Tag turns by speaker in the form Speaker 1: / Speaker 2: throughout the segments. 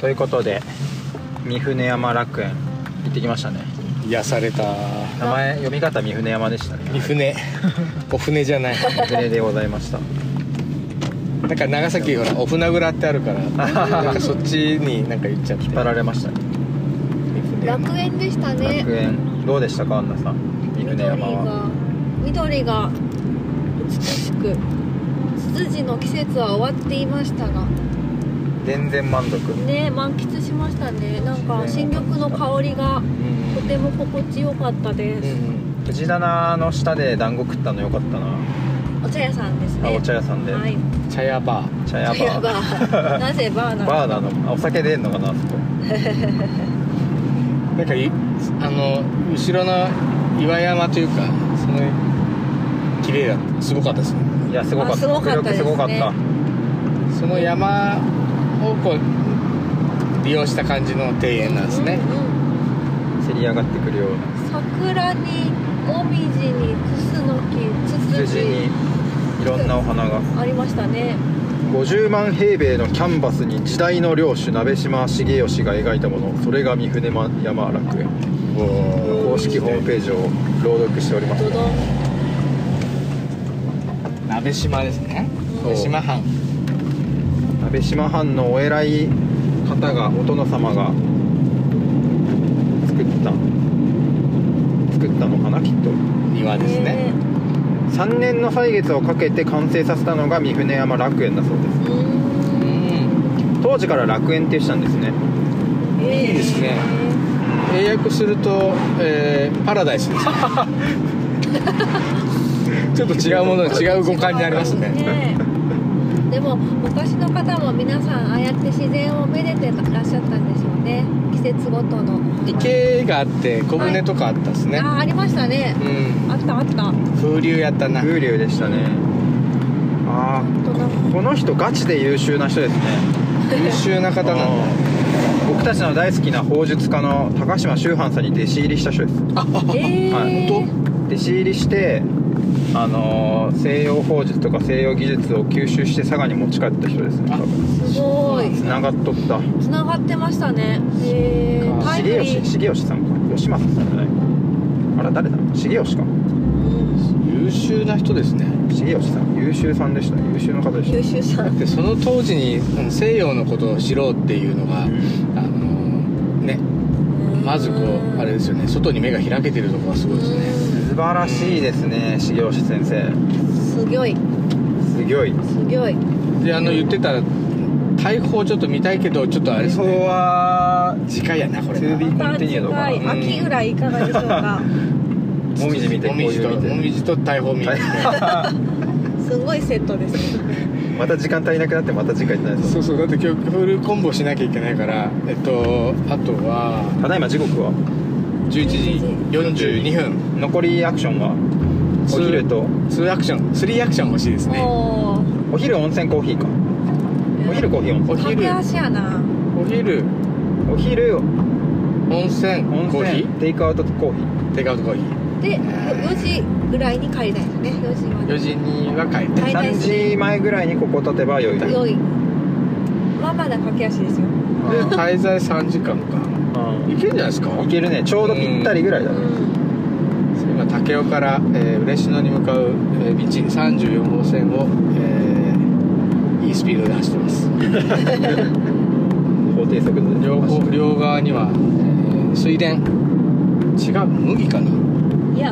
Speaker 1: ということで三船山楽園行ってきましたね
Speaker 2: 癒された
Speaker 1: 名前読み方三船山でしたね
Speaker 2: 三船お船じゃない
Speaker 1: 三船でございました
Speaker 2: だから長崎ほらお船蔵ってあるからなんかそっちになんか言っちゃって
Speaker 1: 引っ張られましたね
Speaker 2: 三船
Speaker 3: 楽園でしたね
Speaker 1: 楽園どうでしたかアンナさん三船山は
Speaker 3: 緑が緑が美しくツツジの季節は終わっていましたが
Speaker 1: 全然満足
Speaker 3: ね満喫しましたねなんか新緑の香りが
Speaker 2: うん
Speaker 3: とても心地よかった
Speaker 2: う
Speaker 3: です、
Speaker 2: ん
Speaker 1: 藤棚の下で団子食ったのよかったな
Speaker 3: お茶屋さんです
Speaker 1: あ
Speaker 3: ね
Speaker 1: お茶屋さんで、
Speaker 3: はい
Speaker 2: うん茶屋バー
Speaker 1: 茶
Speaker 3: 茶
Speaker 1: 屋
Speaker 3: 屋
Speaker 1: バ
Speaker 3: バーなぜバーな
Speaker 1: ー
Speaker 3: の
Speaker 1: バーなのあお酒出んのかなあそこ
Speaker 2: なんかいあの後ろの岩山というかその綺麗だったすごかったですね
Speaker 1: いやすごかっ
Speaker 3: あ
Speaker 1: た
Speaker 3: すごかった
Speaker 1: 迫力すごかっ
Speaker 3: です
Speaker 1: た
Speaker 2: その山をこう利用した感じの庭園なんですね、
Speaker 3: うん
Speaker 1: せり上がってくるような
Speaker 3: うん桜にもみじにクスノキツツ
Speaker 1: 数字に
Speaker 3: ジ
Speaker 1: いろんなお花が
Speaker 3: ありましたね
Speaker 1: 50万平米のキャンバスに時代の領主鍋島茂吉が描いたものそれが三船山楽園公式ホームページを朗読しております
Speaker 3: どどん
Speaker 2: 鍋島ですね
Speaker 3: そう
Speaker 2: 鍋島藩
Speaker 1: 鍋島藩のお偉い方がお殿様が作った作ったのかなきっと
Speaker 2: 庭ですね、
Speaker 1: 3年の歳月をかけて完成させたのが三船山楽園だそうで
Speaker 3: えーう
Speaker 2: うん
Speaker 1: す当時から楽園ってしたんですね
Speaker 2: いいですねん英訳すると、えーパラダイス ですねちょっと違うもの違う語感になりますね
Speaker 3: ねでも昔の方も皆さんああやって自然をめでてらっしゃったんでしょうね季節ごとの、
Speaker 2: 池があって小舟とかあったですね、
Speaker 3: ああありましたね
Speaker 2: うん
Speaker 3: あった あったあ
Speaker 2: 風流やったな
Speaker 1: 風流でしたねあ
Speaker 3: となんか
Speaker 1: あこの人ガチで優秀な人ですね
Speaker 2: 優秀な方なんだ
Speaker 1: 僕たちの大好きな砲術家の高島周藩さんに弟子入りした人です
Speaker 3: えー
Speaker 1: はい
Speaker 2: 本
Speaker 1: 弟子入りして、あのー西洋砲術とか西洋技術を吸収して佐賀に持ち帰った人ですね
Speaker 2: あ
Speaker 1: 多分
Speaker 3: すごい
Speaker 1: つながっとった
Speaker 3: つながってましたねへえ
Speaker 2: あ
Speaker 3: タイム
Speaker 1: 重
Speaker 3: リ
Speaker 1: 吉
Speaker 3: ー
Speaker 1: 重吉さんか吉政さんじゃないあら誰だ重吉か
Speaker 3: うん
Speaker 2: 優秀な人ですね
Speaker 1: 重吉さん優秀さんでした優秀の方でした
Speaker 3: 優秀さん
Speaker 2: でその当時にうん西洋のことを知ろうっていうのが、あのねまずこうあれですよね外に目が開けてるとこがすごいですね
Speaker 1: 素晴らしいですね重吉先生
Speaker 3: すごい
Speaker 1: すごい
Speaker 3: すごい
Speaker 2: であの言ってた大砲ちょっと見たいけどちょっとあれですね
Speaker 1: は
Speaker 2: 次回やなこれ
Speaker 1: To
Speaker 2: な
Speaker 1: be
Speaker 3: また次
Speaker 1: continued か
Speaker 3: 回
Speaker 2: な
Speaker 3: 秋ぐらいいかがでしょうか
Speaker 1: もみじ見て
Speaker 2: もみじと
Speaker 1: こういう見て
Speaker 2: もみじと大砲見て
Speaker 3: すごいセットですね
Speaker 1: また時間足りなくなってまた次回行ってないです
Speaker 2: そうそうだって今日フルコンボしなきゃいけないからえっとあとは
Speaker 1: ただいま時刻は
Speaker 2: 11時42分
Speaker 1: 残りアクションはお昼と
Speaker 2: 2アクション3アクション欲しいですね
Speaker 3: もう
Speaker 1: お昼温泉コーヒーかお昼コーヒー温
Speaker 2: お
Speaker 3: 駆
Speaker 2: 昼
Speaker 3: け足やな
Speaker 2: お昼
Speaker 1: 泉お昼温
Speaker 2: 温泉
Speaker 1: 泉
Speaker 2: コーヒ
Speaker 1: テイクアウトコーヒー
Speaker 2: ーテイクアウトコーヒー
Speaker 3: で4時ぐらいに帰りたいよね4時ま
Speaker 2: 4
Speaker 3: で
Speaker 2: 時には帰って
Speaker 3: 帰りたいで
Speaker 1: 3
Speaker 3: すね
Speaker 1: 時前ぐらいにここ立てばよいだ
Speaker 3: 良いまあまだ駆け足ですよ
Speaker 2: で滞在3時間か
Speaker 1: うん
Speaker 2: いけるんじゃないですか
Speaker 1: いけるねちょうどぴったりぐらいだね
Speaker 2: 今武雄から、えー嬉野に向かう、えー道34号線を、えーいいスピードで走ってます
Speaker 1: 法定速度で
Speaker 2: 両方両側には、えー水田違う麦かな
Speaker 3: うんいや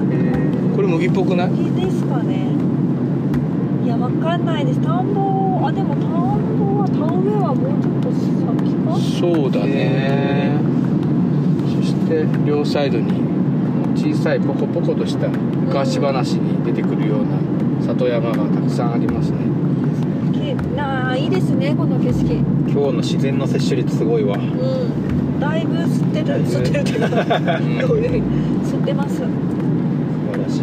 Speaker 2: これ麦っぽくない
Speaker 3: いいですかねいやわかんないです田んぼあでも田んぼは田植えはもうちょっと先か
Speaker 2: そうだねそして両サイドに小さいポコポコとした昔話に出てくるような里山がたくさんありますね
Speaker 3: きなあいいですねこの景色
Speaker 1: 今日の自然の摂取率すごいわ
Speaker 3: うんだいぶ吸ってる吸ってるっていうかど ういう意味吸ってます
Speaker 1: 素晴らしい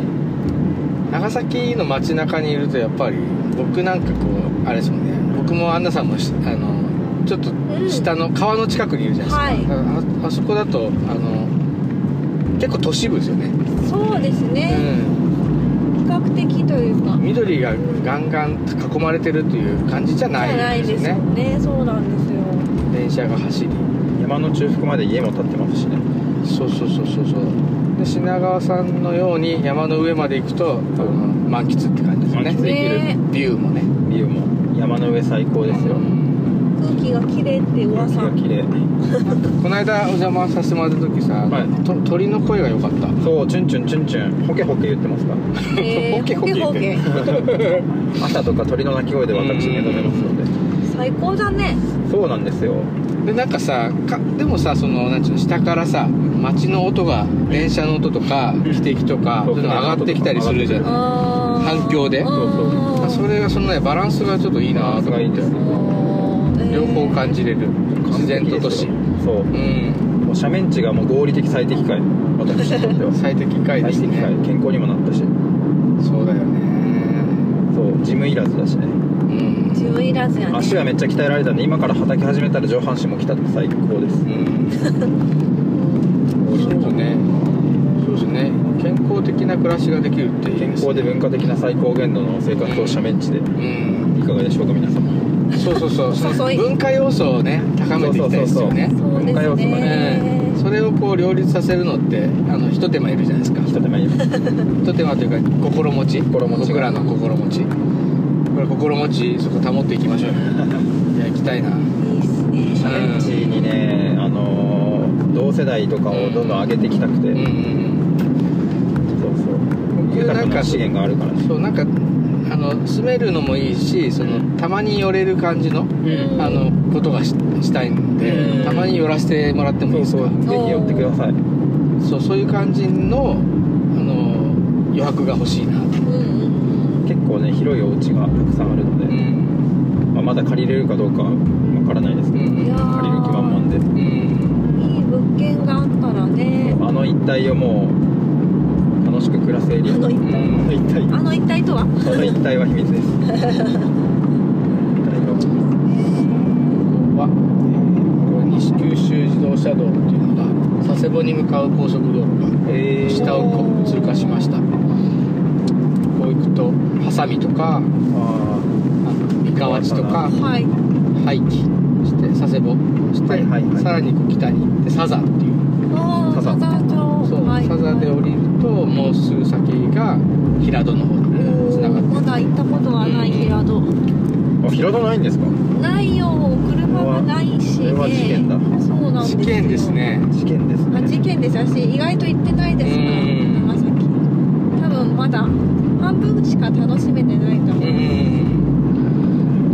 Speaker 2: 長崎の街中にいるとやっぱり僕なんかこうあれですもんね僕もアンナさんもしあのちょっと
Speaker 3: ん
Speaker 2: 下の川の近くにいるじゃないですか、ああそこだとあの結構都市部ですよね、
Speaker 3: そうです
Speaker 2: う
Speaker 3: ね、
Speaker 2: ん、
Speaker 3: 較的というか
Speaker 2: 緑がガンガン囲まれてるという感じじゃ
Speaker 3: じ
Speaker 2: な
Speaker 3: ゃない
Speaker 2: いで
Speaker 3: ですすよ
Speaker 2: ね
Speaker 3: ねそうなんですよ
Speaker 2: 電車が走り
Speaker 1: 山の中腹まで家も建ってますしね
Speaker 2: そうそうそうそうそうで品川さんのように山の上まで行くと、あの満喫って感じですね
Speaker 1: 満喫できる
Speaker 3: ね
Speaker 2: ビューもね
Speaker 1: ビューも山の上最高ですよ
Speaker 3: 空気が綺麗っ
Speaker 1: 空気
Speaker 3: て噂
Speaker 1: が綺麗
Speaker 2: この間お邪魔させてもらった時さ、
Speaker 1: はい
Speaker 2: と鳥の声が良かった
Speaker 1: そうチュンチュンチュンチュンホケホケ言ってますか
Speaker 3: えー
Speaker 2: ホケホケ
Speaker 3: ホケホ
Speaker 1: ら朝とか鳥の鳴き声で私目覚めますの
Speaker 3: ケ最高だね
Speaker 1: でそうなんですよ
Speaker 2: でなんかさかでもさそのなんちゅうの下からさ街の音が電車の音とか汽笛とかそういうのが上がってきたりするじゃない
Speaker 3: あー
Speaker 2: 反響で
Speaker 3: うん
Speaker 1: そうそ
Speaker 2: あそれがそのねバランスがちょっといいなと
Speaker 1: が
Speaker 2: か
Speaker 1: いいですね
Speaker 3: あー
Speaker 2: 両方
Speaker 3: え
Speaker 2: 感じれる自然と都市
Speaker 1: 完璧ですよ
Speaker 2: う
Speaker 1: そうんもう斜面地がもう合理的最適解私にとっては
Speaker 2: 最適解
Speaker 1: 最
Speaker 2: です
Speaker 1: 適解
Speaker 2: ね
Speaker 1: 健康にもなったし
Speaker 2: そうだよね
Speaker 1: そうジムいらずだしね
Speaker 2: うん
Speaker 3: ー自分いらずやね
Speaker 1: 足がめっちゃ鍛えられたんで今から畑始めたら上半身も鍛えて最高です
Speaker 2: うんちょっとねそうですね健康的な暮らしができるっていい
Speaker 1: 健
Speaker 2: です
Speaker 1: 康
Speaker 2: ね
Speaker 1: で文化的な最高限度の生活を斜面地で
Speaker 2: うん
Speaker 1: いかがでしょうか皆様
Speaker 2: そうそうそうそ
Speaker 3: 注
Speaker 2: の
Speaker 3: い
Speaker 2: 文化要素をね高めていきたいですよね
Speaker 3: そう
Speaker 1: 文
Speaker 3: で
Speaker 1: 化
Speaker 3: す
Speaker 1: 要素が
Speaker 2: え
Speaker 3: ね
Speaker 2: えそれをこう両立させるのってあのひと手間いるじゃないですか
Speaker 1: 一手間に
Speaker 2: ひと手間というか心持ち
Speaker 1: 心持ち
Speaker 2: 僕らの心持ちこれ心持ちそこ保っていきましょうよいや行きたいない
Speaker 3: いっすね
Speaker 1: 斜面地にね、あのー同世代とかをどんどん上げていきたくて、
Speaker 2: うんうん
Speaker 1: そう
Speaker 2: う
Speaker 1: そ
Speaker 2: ん
Speaker 1: う豊かな資源があるから
Speaker 2: うん
Speaker 1: ね
Speaker 2: そうなんかあの住めるのもいいしそのたまに寄れる感じの
Speaker 3: うん
Speaker 2: あのことがししたいん
Speaker 3: う
Speaker 2: で
Speaker 3: ん
Speaker 2: たまに寄らせてもらってもいいですか
Speaker 1: ぜひ寄ってください
Speaker 2: そうそういう感じのあの余白が欲しいな
Speaker 3: うんうん
Speaker 1: 結構ね広いお家がたくさんあるので、
Speaker 2: うん
Speaker 1: まあ、まだ借りれるかどうかわからないです
Speaker 2: う
Speaker 1: けど、
Speaker 3: うんいや
Speaker 2: ん
Speaker 3: ー
Speaker 1: 借りる気満々で
Speaker 2: うん
Speaker 3: いい物件があったらね
Speaker 1: あの一帯をもう楽しく暮らすエリア
Speaker 3: あの一
Speaker 2: う
Speaker 1: あの一帯
Speaker 2: ん
Speaker 3: あの一帯とはね
Speaker 1: その一帯は秘密です一帯は
Speaker 2: ここは、えー、これは西九州自動車道っていうのが佐世保に向かう高速道路が
Speaker 1: え
Speaker 2: 下をこう通過しましたこう行くとハサミとか
Speaker 1: あ
Speaker 2: あの三河地とか
Speaker 3: はい
Speaker 2: 廃棄して佐世保そして、
Speaker 1: はいはいはい
Speaker 2: さらにこう北に行ってサザっていう
Speaker 3: あ
Speaker 1: サ
Speaker 3: あ
Speaker 1: ザ
Speaker 3: サザ町
Speaker 2: そう、
Speaker 3: はい
Speaker 2: サザで降りるともうすぐ先が平戸の方につなが
Speaker 3: お
Speaker 2: っ
Speaker 3: ー
Speaker 2: て
Speaker 3: まだ行ったことはない平戸
Speaker 1: ーあ平戸ないんですか
Speaker 3: ないよ車がないし
Speaker 1: これ
Speaker 3: ね
Speaker 1: は事件だ
Speaker 3: そうなんですよ
Speaker 2: 試験ですね
Speaker 1: 事件です
Speaker 3: あ
Speaker 1: ね
Speaker 3: 事件です私意外と行ってないですから
Speaker 2: うん
Speaker 3: 長崎多分まだ半分しか楽しめてないと
Speaker 2: う
Speaker 3: 思うん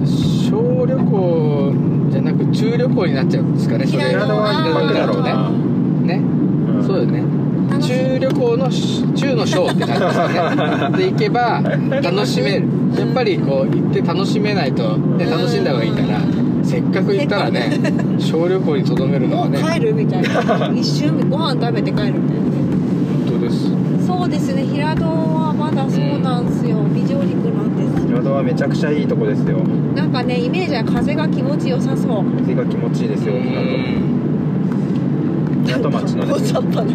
Speaker 2: 小旅行じゃなく中旅行になっちゃうんですかねそれ
Speaker 3: 平
Speaker 1: 平
Speaker 3: 戸
Speaker 1: 戸
Speaker 3: は
Speaker 1: は一泊だろうな、
Speaker 2: ね
Speaker 1: ん
Speaker 2: そうよね
Speaker 3: 楽し
Speaker 2: 中旅行のし中の小って感じですねで行けば楽しめるやっぱりこう行って楽しめないと、ね、
Speaker 3: うん
Speaker 2: 楽しんだ方がいいからせっかく行ったらね小旅行にとどめるの
Speaker 3: も
Speaker 2: は
Speaker 3: う
Speaker 2: ね
Speaker 3: 帰るみた いな一瞬ご飯食べて帰るみたい
Speaker 2: 本当です
Speaker 3: なそうですね平戸はまだそうなんすよ未上陸なんです
Speaker 1: 平戸はめちゃくちゃいいとこですよ
Speaker 3: なんかねイメージは風が気持ちよさそう
Speaker 1: 風が気持ちいいですよ港港町の
Speaker 3: 大
Speaker 1: ね
Speaker 3: 雑把に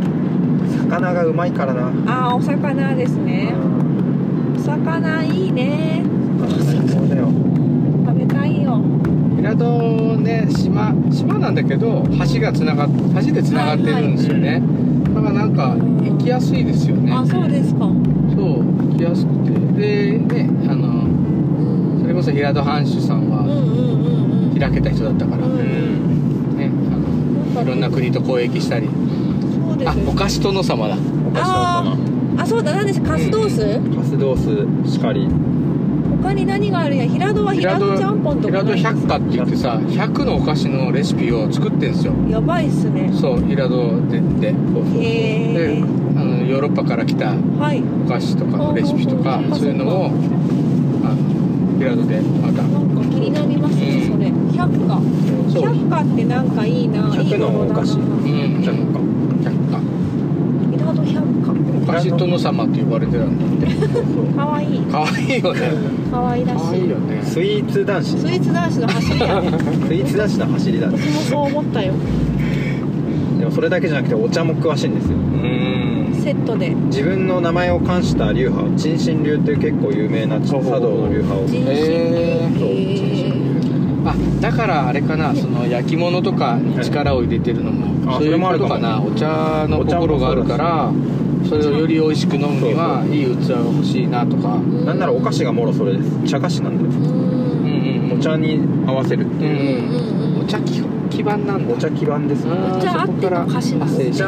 Speaker 1: 魚がうまいからな
Speaker 3: ああお魚ですね
Speaker 1: うん
Speaker 3: お魚いいね
Speaker 1: 魚最高だよ
Speaker 3: 食べたいよ
Speaker 2: 平戸ね島島なんだけど橋がつながっ橋でつながってるんですよね、
Speaker 1: はい
Speaker 2: だからなんか行きやすいですよね
Speaker 3: あそうですか
Speaker 2: そう行きやすくてでねあの
Speaker 3: うん
Speaker 2: それこそ平戸藩主さん
Speaker 3: うんう
Speaker 2: は
Speaker 3: んうんうん
Speaker 2: 開けた人だったから、
Speaker 3: うん
Speaker 2: ねあのいろんな国と交易したり
Speaker 3: そうです
Speaker 2: あお菓子殿様だ
Speaker 1: お菓子の頭
Speaker 3: あそうだ何ですカスドース、
Speaker 1: カスドースしかり
Speaker 3: 他に何があるんや平戸は平戸ちゃんぽんとか
Speaker 2: 平
Speaker 3: な
Speaker 2: 戸
Speaker 3: い
Speaker 2: 百科って言ってさ100のお菓子のレシピを作ってんですよ
Speaker 3: やばいっすね
Speaker 2: そう平戸ででそうそう
Speaker 3: へ
Speaker 2: で
Speaker 3: え
Speaker 2: あのヨーロッパから来た
Speaker 3: はい
Speaker 2: お菓子とかのレシピとか
Speaker 3: あ
Speaker 2: そういうのを
Speaker 3: そ
Speaker 2: あの平戸でまた
Speaker 3: なんか気になりますね
Speaker 2: うん
Speaker 3: それ百科
Speaker 2: そう
Speaker 3: 百科ってなんかいいな
Speaker 1: 百の
Speaker 3: いいもの
Speaker 1: お
Speaker 3: だな
Speaker 1: 菓子
Speaker 2: うん
Speaker 1: じゃんか
Speaker 2: 百科
Speaker 3: 平戸百
Speaker 2: お菓子殿様って呼ばれてたんだって
Speaker 3: 科かわいい
Speaker 2: 可愛いよね
Speaker 3: かわいら
Speaker 2: 可
Speaker 3: し
Speaker 2: 愛い
Speaker 3: い
Speaker 2: よね
Speaker 1: スイーツ男子
Speaker 3: スイーツ男子の走りやね
Speaker 1: スイーツ男子の走りだね
Speaker 3: 私もそう思ったよ
Speaker 1: でもそれだけじゃなくてお茶も詳しいんですよ
Speaker 2: うん
Speaker 3: セットで
Speaker 1: 自分の名前を冠した流派陳心流っていう結構有名な茶道の流派を
Speaker 3: 人
Speaker 2: え
Speaker 3: 心
Speaker 1: へ
Speaker 2: あだからあれかなその焼き物とかに力を入れてるのも、
Speaker 1: はいあ
Speaker 2: そういうことかな
Speaker 1: そ
Speaker 2: お茶の
Speaker 1: お茶も
Speaker 2: 心があるからそれをより美味しく飲むには
Speaker 1: そうそう
Speaker 2: いい器が欲しいなとか
Speaker 3: 流
Speaker 1: なんならお菓子がもろそれです茶菓子なんです
Speaker 2: うん
Speaker 3: うん
Speaker 2: うん
Speaker 1: お茶に合わせるって
Speaker 2: う
Speaker 1: いうん
Speaker 3: うんん
Speaker 2: お茶基基盤なんだ
Speaker 1: お茶基盤ですね
Speaker 2: あー
Speaker 3: お茶あっての菓子な
Speaker 2: そ
Speaker 1: お
Speaker 2: こ
Speaker 3: んで
Speaker 2: か
Speaker 3: す
Speaker 1: 茶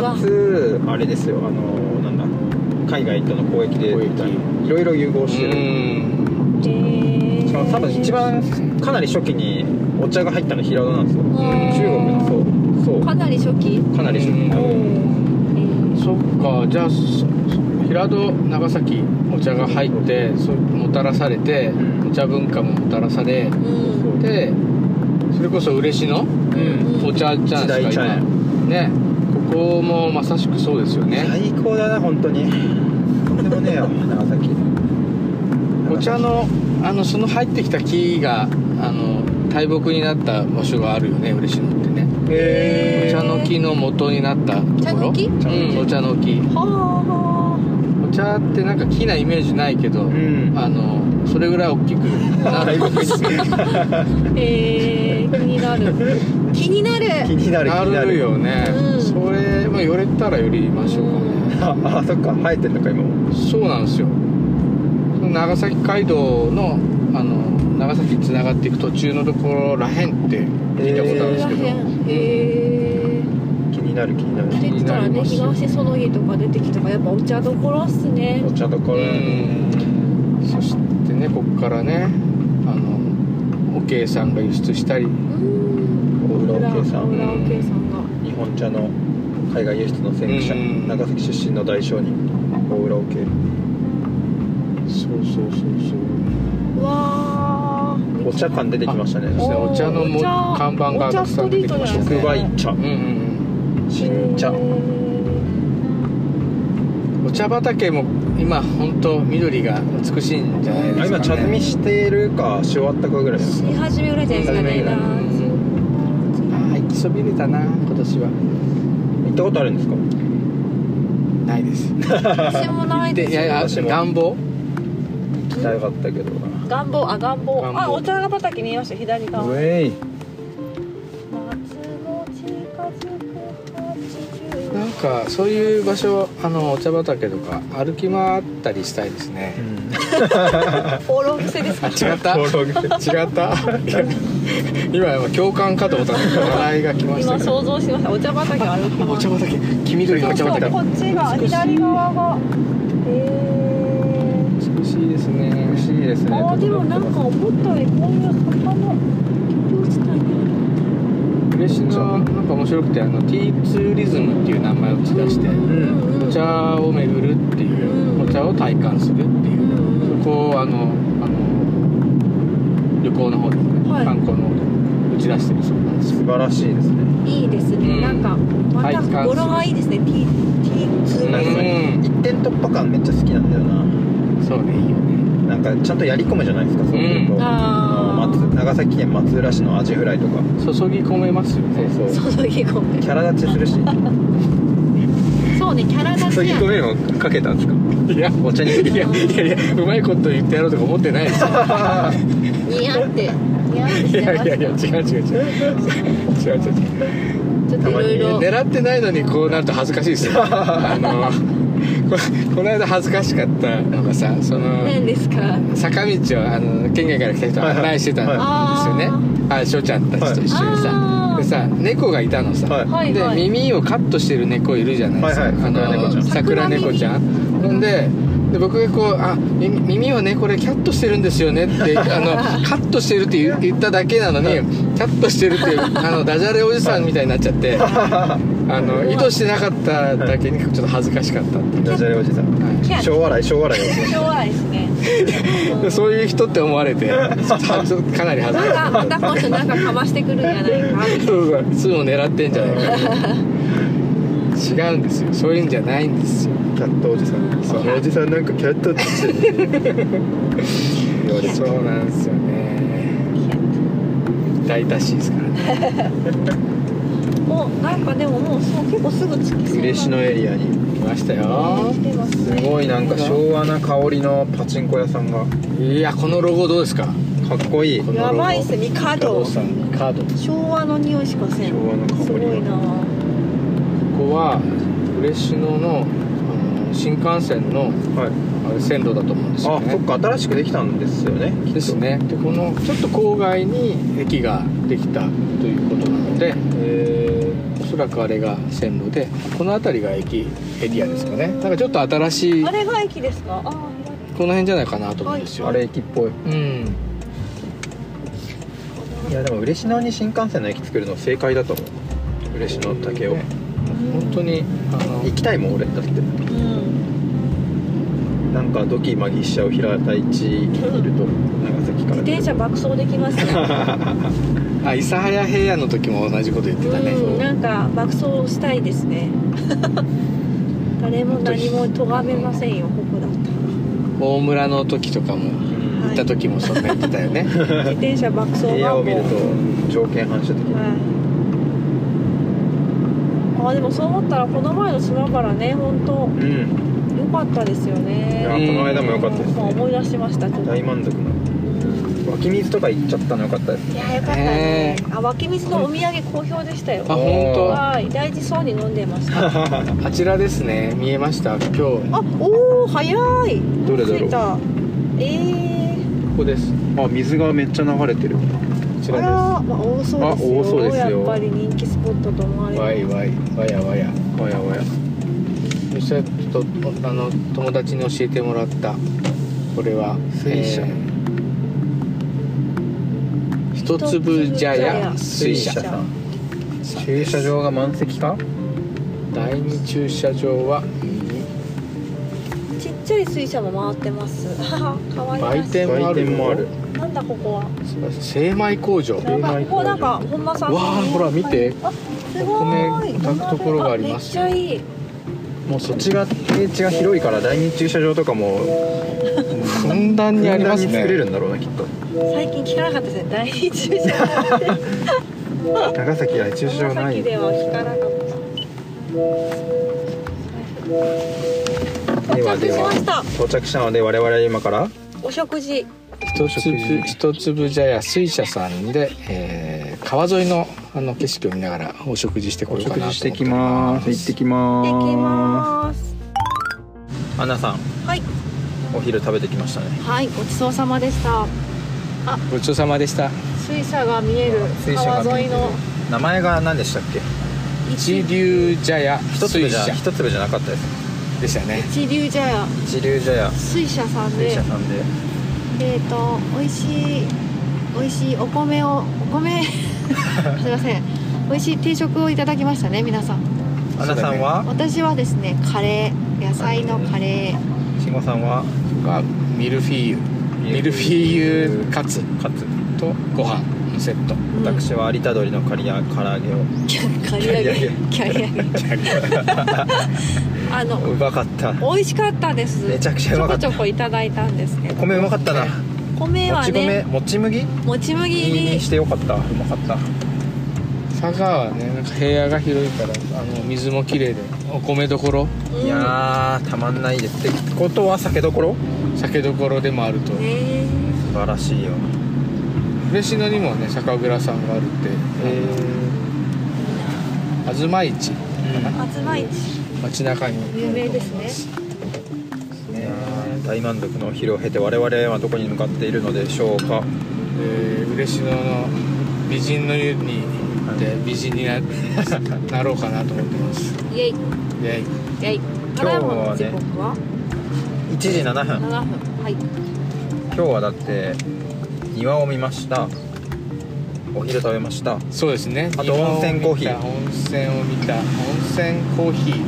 Speaker 1: かつあれですよあのなんだ海外との交易でみたいないろいろ融合
Speaker 2: う
Speaker 1: してる
Speaker 2: ん
Speaker 1: しかも多分一番かなり初期にお茶が入ったの平戸なんですよ中国のそうそ
Speaker 3: かなり初期
Speaker 1: うかなり初期
Speaker 2: うん
Speaker 1: 多分
Speaker 2: そっかじゃあそそ平戸長崎お茶が入ってそうもたらされて
Speaker 1: うん
Speaker 2: お茶文化ももたらされでそれこそ嬉野
Speaker 1: うん
Speaker 2: お茶じゃないですか
Speaker 1: 時代茶屋
Speaker 2: 今ねここもまさしくそうですよね
Speaker 1: 最高だな本当にとんでもねえよ長崎
Speaker 2: お茶のあのその入ってきた木があの大木になった場所があるよね嬉野ってね
Speaker 1: へ
Speaker 2: お
Speaker 1: え
Speaker 2: 茶の木の元になったところ
Speaker 3: 茶の木
Speaker 2: うんお茶の木
Speaker 3: はあは
Speaker 2: お茶ってなんか木なイメージないけど、
Speaker 1: ん
Speaker 2: あのそれぐらい大きくな
Speaker 1: 大木
Speaker 2: る
Speaker 1: に
Speaker 3: あえー気になる 気にな
Speaker 1: 気
Speaker 3: る
Speaker 1: になる気
Speaker 2: な
Speaker 1: になる
Speaker 2: るよね、
Speaker 3: うん
Speaker 2: それ、まあ、寄れたら寄りましょうかね、
Speaker 1: ああそっか生えてんのか今も
Speaker 2: そうなんですよその長崎街道のあの長崎につながっていく途中のところらへんって聞いたことあるんですけど、
Speaker 3: へえ
Speaker 1: 気になる気にな
Speaker 3: 出
Speaker 1: る
Speaker 3: てたらね東園木とか出てきたからやっぱお茶どころっすね
Speaker 1: お茶どころ
Speaker 2: うんそしてねここからねあのおけいさんが輸出したり
Speaker 3: うん
Speaker 1: 小浦
Speaker 3: 裏
Speaker 1: 沖さ
Speaker 3: さん
Speaker 1: ん
Speaker 3: 裏おけいさんが
Speaker 1: 日本茶の海外輸出の先駆者
Speaker 2: うん
Speaker 1: 長崎出身の大商人大浦沖
Speaker 2: そうそうそうそう
Speaker 3: うわー
Speaker 1: お茶感出てきましたね
Speaker 2: そして
Speaker 3: おー
Speaker 2: お茶のも
Speaker 3: お茶
Speaker 2: 看板がたくさん出てきました
Speaker 3: お茶ストリートじゃない
Speaker 1: 特
Speaker 2: ね
Speaker 3: ですか
Speaker 1: 売茶
Speaker 2: うんうん
Speaker 1: 新茶
Speaker 3: へー
Speaker 2: うんお茶畑も今本当緑が美しいんじゃないですか、
Speaker 1: あ
Speaker 2: ね、
Speaker 1: 今茶摘みしてるかし終わったかぐらいです
Speaker 3: 死に始めぐらいじゃないですかね
Speaker 1: う
Speaker 2: ああ行きそびれたな今年は
Speaker 1: 行ったことあるんですか
Speaker 2: ないです
Speaker 3: 私もないです
Speaker 2: いやいや
Speaker 1: 私も
Speaker 2: 願望
Speaker 1: 行きたかったけどな
Speaker 3: 願望あ願望
Speaker 2: 願望
Speaker 3: あお茶畑見えました左側
Speaker 1: ウ
Speaker 3: 夏
Speaker 1: ェイ
Speaker 3: の近づく80
Speaker 2: なんかそういう場所あのお茶畑とか歩き回ったりしたいですね、
Speaker 3: オーロ伏せです
Speaker 2: あ
Speaker 3: か
Speaker 2: 違 った
Speaker 1: 登録
Speaker 2: 違ったいや 今共感かと思ったんです けど笑いが来ました
Speaker 3: 今
Speaker 2: けど
Speaker 3: 想像してましたお茶畑歩き
Speaker 2: お
Speaker 3: ます
Speaker 2: 茶畑黄緑のお茶
Speaker 3: そうそう
Speaker 2: 畑
Speaker 3: こっちが左側がえ
Speaker 2: 美しいですね
Speaker 1: 不思議です
Speaker 3: ー、
Speaker 1: ね
Speaker 3: あーでもなんか思ったよりこういう坂の丘陵地帯に
Speaker 2: 嬉野はなんか面白くてあのティーツーリズムっていう名前を打ち出して
Speaker 1: ん
Speaker 2: お茶を巡るっていううんお茶を体感するっていうそこをあのあの旅行の方ですね、
Speaker 3: はい
Speaker 2: 観光の方で打ち出してるそうなんですよ
Speaker 1: 素晴らしいですね
Speaker 3: いいですね、
Speaker 2: うん
Speaker 3: なんかま
Speaker 2: 体感する
Speaker 3: た語呂がいいですね T, T2
Speaker 2: うん
Speaker 1: なんかね一点突破感めっちゃ好きなんだよな
Speaker 2: そうねいいよね
Speaker 1: なんかちゃんとやり込むじゃないですかそうすると、
Speaker 2: うん
Speaker 1: あの
Speaker 3: あ
Speaker 1: 松長崎県松浦市のアジフライとか
Speaker 2: 注ぎ込めますよね
Speaker 1: そうそう
Speaker 3: あ注ぎ込め
Speaker 1: キャラ立ちするし
Speaker 3: そうねキャラ立ちや
Speaker 1: めるのかけたんですか
Speaker 2: いや
Speaker 1: お茶に
Speaker 2: いやいやいやうまいこと言ってやろうとか思ってないですよ
Speaker 3: 似合って似合って し
Speaker 2: い
Speaker 3: て
Speaker 2: や
Speaker 3: ま
Speaker 2: いやいや違う
Speaker 3: し
Speaker 2: 違う違う違う違う違う
Speaker 3: たちょっといろいろ
Speaker 2: 狙ってないのにこうなると恥ずかしいですよあのここの間恥ずかしかったのがさその
Speaker 3: 何ですか
Speaker 2: 坂道をあの県外から来た人を案内してたんですよね、
Speaker 3: はいはい
Speaker 2: あ翔ちゃんたちと一緒にさ、
Speaker 3: はい
Speaker 2: でさ猫がいたのさ、
Speaker 1: はい
Speaker 3: はい
Speaker 2: で
Speaker 3: はい
Speaker 2: 耳をカットしてる猫いるじゃないですか、
Speaker 1: はいはい
Speaker 2: あの
Speaker 3: 桜
Speaker 2: 桜
Speaker 3: 猫
Speaker 2: 猫
Speaker 3: ち
Speaker 2: ち
Speaker 3: ゃ
Speaker 2: ゃんほんでで僕がこう「あ耳耳をねこれキャットしてるんですよね」っ てあのカットしてるって言言っただけなのにキャットしてるっていうあのダジャレおじさんみたいになっちゃって あの意図してなかっただけにちょっと恥ずかしかったっていう
Speaker 1: ダジャレおじさん
Speaker 2: はい
Speaker 3: キャラ
Speaker 1: 小笑い小笑いを
Speaker 3: 弱いですね
Speaker 2: でそういう人って思われてちょっとかなり恥ずかしい
Speaker 3: なんかまたこの人なんかかましてくるんじゃないかみたい
Speaker 2: そうそういつも狙ってんじゃないか違うんですよそういうんじゃないんですよ
Speaker 1: キャットおじさん
Speaker 2: そう
Speaker 1: あのおじさんなんかキャットって言ってる
Speaker 2: そうなんですよね大多しですからね
Speaker 3: なもうなんかでももうそう結構すぐ着きそうな
Speaker 1: 嬉野エリアに
Speaker 2: ましたよ
Speaker 3: 来てます
Speaker 1: す
Speaker 3: ね
Speaker 1: ごいなんか昭和な香りのパチンコ屋さんが
Speaker 2: いやこのロゴどうですか
Speaker 1: かっこいい
Speaker 2: このロ
Speaker 3: や
Speaker 2: ゴ
Speaker 3: ばいっすミカ
Speaker 2: 加
Speaker 3: ド
Speaker 2: 藤さんカード
Speaker 3: 昭和の匂いしかせん
Speaker 1: 昭和の香り
Speaker 3: すごいな
Speaker 2: ここは嬉野のあの新幹線の
Speaker 1: はい
Speaker 2: あれ線路だと思うんですよ
Speaker 1: あ
Speaker 2: ね
Speaker 1: そっか新しくできたんですよね
Speaker 2: ですねでこのちょっと郊外に駅ができたということなので
Speaker 1: え
Speaker 2: おそらくあれが線路でこの辺りが駅エリアですかねなんかちょっと新しい
Speaker 3: あ
Speaker 2: こ
Speaker 3: れが駅ですかあー開
Speaker 2: の辺じゃないかなと思うんです
Speaker 1: ー、
Speaker 2: よ、
Speaker 1: あれ駅っぽい
Speaker 2: うん
Speaker 1: いやでも嬉野に新幹線の駅作るの正解だと思う嬉野竹を、
Speaker 2: ね
Speaker 3: く
Speaker 2: 本当にあの
Speaker 1: 行きたいもん俺だって
Speaker 3: うん
Speaker 1: なんかドキマギしちゃう平田一いると長崎から
Speaker 3: 自転車爆走できますね
Speaker 2: あ諫早平野の時も同じこと言ってたね、
Speaker 3: うんなんか爆走したいで すね誰も何も咎めませんよここだった
Speaker 2: 大村の時とか
Speaker 1: う
Speaker 2: も
Speaker 1: ん
Speaker 2: 行った時もそんな言ってた よね、
Speaker 3: ら自転車爆走
Speaker 1: 部
Speaker 3: が
Speaker 1: 屋
Speaker 3: も
Speaker 1: を
Speaker 3: う
Speaker 1: 見ると条件反射的に
Speaker 3: はいあでもそう思ったらこの前の島原ね本当
Speaker 1: うん
Speaker 3: 良かったですよね
Speaker 1: いや
Speaker 2: この間
Speaker 1: も良かったですね
Speaker 3: うん思い出しましたちょっと
Speaker 1: 大満足な湧き水とか行っちゃったのよかったです
Speaker 3: いや良かったねあ湧き水のお土産好評でしたよ
Speaker 2: あ本当
Speaker 3: はい大事そうに飲んでました あ
Speaker 2: あちらですね見えました今日こ
Speaker 3: おお早い
Speaker 1: どれだろう
Speaker 3: 着いたえ
Speaker 2: こです
Speaker 1: あ水がめっちゃ流れてる
Speaker 2: こち
Speaker 3: ー、あ
Speaker 2: ら
Speaker 3: ら、まあ、多そうですよ
Speaker 1: あ多そうですよ
Speaker 3: やっぱり人気スポットと思わ
Speaker 2: です
Speaker 3: れる
Speaker 2: わいわいわやわや
Speaker 1: おやおや
Speaker 2: そしてちょっとあの友達に教えてもらったこれは
Speaker 1: 水車
Speaker 2: ー一粒茶屋水車さん
Speaker 1: 駐車場が満席か
Speaker 2: 第二駐車場は
Speaker 3: ちっちゃい水車も回ってます 可愛い
Speaker 2: 売
Speaker 3: らし
Speaker 2: 店もあ
Speaker 1: 売
Speaker 2: る
Speaker 1: 店もある
Speaker 3: い なんだここは
Speaker 2: 精米工場
Speaker 3: やばいここなんか本間さん
Speaker 2: わあほら見て
Speaker 3: あすごーい
Speaker 2: お米炊くところがあります
Speaker 3: あめっちゃいい
Speaker 1: もうそっちが平地が広いから第二駐車場とかも
Speaker 2: ふんだんにあります
Speaker 1: ふんだんに作れる
Speaker 2: ね
Speaker 1: んだろうなきっと
Speaker 3: 最近聞かなかったですね第一駐車場って
Speaker 1: 長崎は駐車場な
Speaker 3: 長
Speaker 1: い
Speaker 3: 崎では聞かなかった
Speaker 1: ではでは
Speaker 3: 到着しました
Speaker 1: 到着したので我々は今から
Speaker 3: お食事
Speaker 2: 一粒一粒茶屋水車さんで、えー川沿いのあの景色を見ながらお食事してこ
Speaker 1: お
Speaker 2: よう
Speaker 1: 食
Speaker 2: かなと思
Speaker 1: 事
Speaker 2: っ
Speaker 1: して
Speaker 2: て
Speaker 1: きます行ってきま
Speaker 3: で
Speaker 1: す
Speaker 3: きます
Speaker 1: アンナさん
Speaker 3: はい
Speaker 1: お昼食べてきましたね
Speaker 3: はいごちそうさまでした
Speaker 2: ごちそうさまでした
Speaker 3: 水車が見える
Speaker 1: 水車が
Speaker 3: 川
Speaker 1: 見え
Speaker 3: 沿い
Speaker 1: る
Speaker 3: の
Speaker 1: 名前が何でしたっけ
Speaker 2: 一流茶屋
Speaker 1: 一粒
Speaker 2: 水
Speaker 1: じゃ
Speaker 2: 車
Speaker 1: 一粒じゃなかったです
Speaker 2: でしたね
Speaker 3: 一流茶屋
Speaker 1: 一流茶屋
Speaker 3: 水車さん
Speaker 1: 水
Speaker 3: で
Speaker 1: 車さんで
Speaker 3: えっ、と美味しい美味しいお米をお米 すいません美味しい定食をいただきましたね皆さん
Speaker 1: アンナさんは
Speaker 3: 私はですねカレー野菜のカレー
Speaker 1: 慎吾さんは
Speaker 2: がミルフィーユミルフィーユカツ
Speaker 1: かつ
Speaker 2: とご飯のセット
Speaker 1: 私は有田鶏のカリア唐揚げを
Speaker 3: キャリア
Speaker 1: キャリア
Speaker 3: ゲキャリアゲ あの
Speaker 1: うまかった
Speaker 3: 美味しかったです
Speaker 1: めちゃくちゃうまかった
Speaker 3: ちょこちょこいただいたんですけ
Speaker 1: お
Speaker 3: ど
Speaker 1: 米うまかったな
Speaker 2: ね
Speaker 3: 米
Speaker 1: も
Speaker 3: は
Speaker 1: ち米
Speaker 3: ね
Speaker 1: もち麦
Speaker 3: もち麦
Speaker 1: に
Speaker 3: に
Speaker 1: してよかったうまかった
Speaker 2: 佐賀はねなんか平野が広いからあの水も綺麗でお米どころ
Speaker 3: うん
Speaker 1: いやーたまんないですってことは酒どころ
Speaker 2: 酒どころでもあると
Speaker 3: ね
Speaker 1: 素晴らしいよ
Speaker 2: 嬉野にもね酒蔵さんがあるって
Speaker 1: え
Speaker 2: あの東市
Speaker 3: あつまいち
Speaker 2: 街中に
Speaker 3: 有名ですね
Speaker 1: いやー大満足のお昼を経て我々はどこに向かっているのでしょうか
Speaker 2: えー嬉野の美人の湯に行って美人に ななろうかなと思ってます
Speaker 3: イエイ
Speaker 2: で
Speaker 3: イエイ
Speaker 1: 日
Speaker 3: ただいま
Speaker 1: は
Speaker 3: の時
Speaker 1: ね
Speaker 3: 刻は
Speaker 1: 1時7分
Speaker 3: 7分はい
Speaker 1: 今日はだって庭を見ましたお昼食べました
Speaker 2: そうですね
Speaker 1: あと温泉コーヒー
Speaker 2: 今を見た温泉を見た温泉コーヒー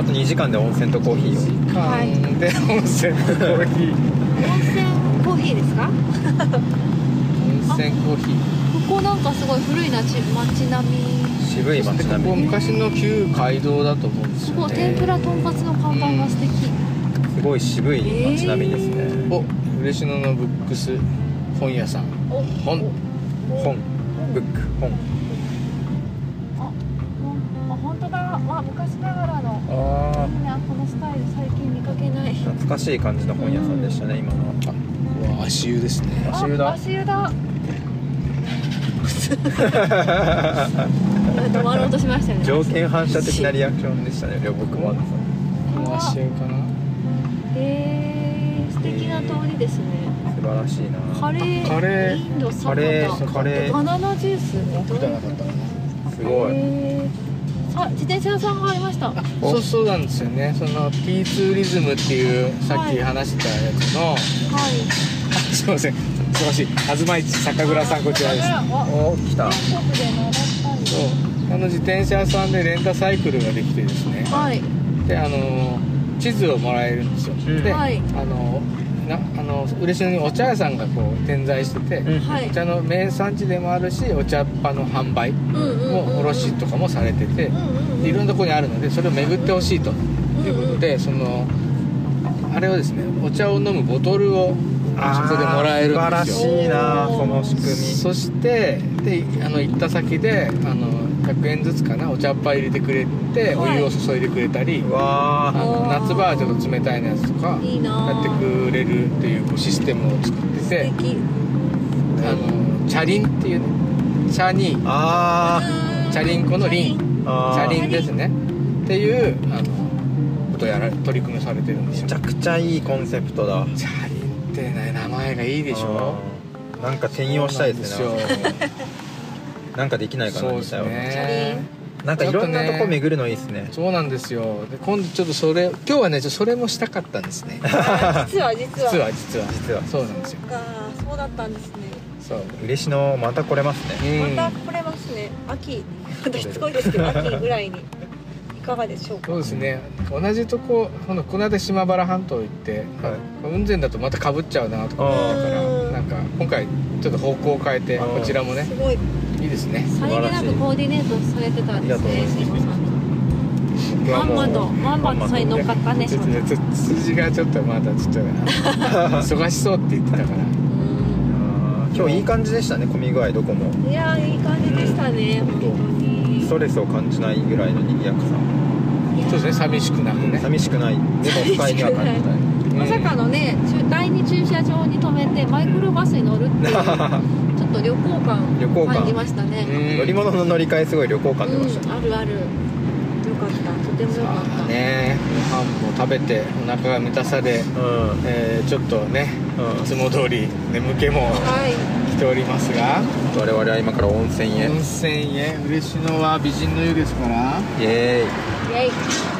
Speaker 1: あと2時間で温泉とコーヒーを
Speaker 2: 時間で温泉コーヒー
Speaker 3: 温泉コーヒーですか
Speaker 2: 温泉コーヒー
Speaker 3: ここなんかすごい古いなち街並み
Speaker 1: 渋い街
Speaker 2: でこ
Speaker 1: 並
Speaker 2: こ
Speaker 1: み
Speaker 2: 昔の旧街道だと思うんです
Speaker 3: す
Speaker 2: よ
Speaker 3: ごい
Speaker 2: ね
Speaker 3: 天ぷらとんかつの看板が素敵
Speaker 1: すごい渋い街並みですね、
Speaker 2: お嬉野のブックス本屋さん
Speaker 3: お
Speaker 2: 本
Speaker 1: 本ブック本
Speaker 3: あ本当だわ昔昔ながらの
Speaker 2: あ
Speaker 3: いいなこのスタイル最近見かけない
Speaker 1: 懐かしい感じの本屋さんでしたね今のは
Speaker 2: あうわ足湯ですね
Speaker 1: 足湯だ
Speaker 3: あ足湯 だ止まろうとしましたよね
Speaker 1: 条件反射的なリアクションでしたね両僕も
Speaker 2: この足湯かな
Speaker 3: えー、素敵な通りですね
Speaker 1: 素晴らしいな
Speaker 3: カレー
Speaker 2: カレー
Speaker 3: インドサ
Speaker 1: カレ
Speaker 3: ラ
Speaker 1: ーカレー
Speaker 3: バナナジュース
Speaker 2: 奥じゃなかったかな
Speaker 1: すごい
Speaker 3: えーさ自転車屋さんがありました
Speaker 1: お
Speaker 2: そうそうなんですよねその P ツーリズムっていうさっき話してたやつの、
Speaker 3: はい
Speaker 2: すいません忙しい東市酒蔵さんこちらです
Speaker 3: あ
Speaker 1: お来た
Speaker 3: 韓国で習ったんで
Speaker 2: そうあの自転車屋さんでレンタサイクルができてですね
Speaker 3: はい
Speaker 2: であの地図をもらえるんですよ、
Speaker 1: ん
Speaker 2: で、
Speaker 3: はい
Speaker 2: あのなあの嬉野にお茶屋さんがこう点在してて、
Speaker 1: うん
Speaker 3: は
Speaker 2: お
Speaker 3: い
Speaker 2: 茶の名産地でもあるしお茶っ葉の販売
Speaker 3: うんうんうんうん
Speaker 2: も卸とかもされてて、
Speaker 3: うんうんうん
Speaker 2: でいろんなとこにあるのでそれを巡ってほしいということで、そのあれをですねお茶を飲むボトルを
Speaker 1: あー
Speaker 2: そこでもらえるんです
Speaker 1: 素
Speaker 2: よ
Speaker 1: 晴らしいな
Speaker 3: おー
Speaker 1: その仕組
Speaker 2: そしてであの行った先であの100円ずつかなお茶っ葉入れてくれてお
Speaker 3: はい
Speaker 2: 湯を注いでくれた
Speaker 1: み
Speaker 2: り、
Speaker 1: うわ
Speaker 2: あ
Speaker 1: ー
Speaker 2: の
Speaker 3: おー
Speaker 2: 夏場はちょっと冷たいのやつとか
Speaker 3: いいな
Speaker 2: や
Speaker 3: あ
Speaker 2: ってくれるっていうこうシステムを作って
Speaker 3: 素
Speaker 2: て
Speaker 3: 敵
Speaker 2: あのチャリンっていうねチャに
Speaker 1: あ
Speaker 2: チャリンコのリン
Speaker 1: ー
Speaker 2: チ
Speaker 1: あ
Speaker 2: ャ
Speaker 1: ー
Speaker 2: リンですねっていうあのことやら取り組みされてるんです
Speaker 1: め
Speaker 2: よ
Speaker 1: ちゃくちゃいいコンセプトだ
Speaker 2: チャリンってね名前がいいでしょ
Speaker 1: あーなんか転用したいですね
Speaker 2: そうなんですよ
Speaker 1: なんかできないかな
Speaker 2: そう
Speaker 1: み
Speaker 2: です
Speaker 1: たいな
Speaker 2: ね
Speaker 1: なんかいろんなとこ巡るのいいですね
Speaker 2: そうなんですよで今度ちょっとそれ今日はねちょっとそれもしたかったんですね
Speaker 4: 実は実は
Speaker 2: 実は実は
Speaker 1: 実は
Speaker 2: そうなんですよ
Speaker 4: そっかそうだったんですね、
Speaker 2: そう
Speaker 1: 嬉しのまた来れますね
Speaker 2: うん
Speaker 4: また来れますね秋しつこいですけど秋ぐらいにいかがでしょうか
Speaker 2: そうですね同じとここのこの間島原半島行って、
Speaker 1: はい
Speaker 2: 雲仙だとまたかぶっちゃうなとか思ったから
Speaker 4: うん
Speaker 2: なんか今回ちょっと方向を変えて
Speaker 1: あー
Speaker 2: こちらもね
Speaker 4: すごい
Speaker 2: いいですね
Speaker 3: さりげなくコーディネートされてたんですね
Speaker 1: あり
Speaker 3: 慎
Speaker 1: がとうござ
Speaker 3: 吾さ
Speaker 1: い
Speaker 3: んまんまとまんまとそれに乗っかったね
Speaker 2: ち
Speaker 3: し
Speaker 2: ょっ
Speaker 3: ま
Speaker 2: とねちょっと辻がちょっとまだちょっと忙しそうって言ってたから
Speaker 1: あー今日いい感じでしたね混み具合どこも
Speaker 4: いやーいい感じでしたね本当に
Speaker 1: ストレスを感じないぐらいの賑やかさ
Speaker 2: そうですね寂しくなくね、
Speaker 1: 寂しくないでも不快には感じない
Speaker 2: うん
Speaker 3: まさかのね駐第二駐車場に止めてマイクロバスに乗るっていうちょっと旅行感
Speaker 1: 旅行感
Speaker 3: 感じましたね
Speaker 2: うん
Speaker 1: 乗り物の乗り換えすごい旅行感出ました
Speaker 3: う
Speaker 1: ね
Speaker 3: ん、あるあるよかったとてもよかった、
Speaker 2: ねご飯も食べてお腹が満たされ、
Speaker 1: うん
Speaker 2: えーちょっとね
Speaker 1: うん
Speaker 2: いつも通り眠気も
Speaker 4: はい
Speaker 2: 来ておりますが
Speaker 1: 我々は今から温泉へ
Speaker 2: 温泉へ嬉野は美人の湯ですから
Speaker 1: イエーイ
Speaker 3: イエイ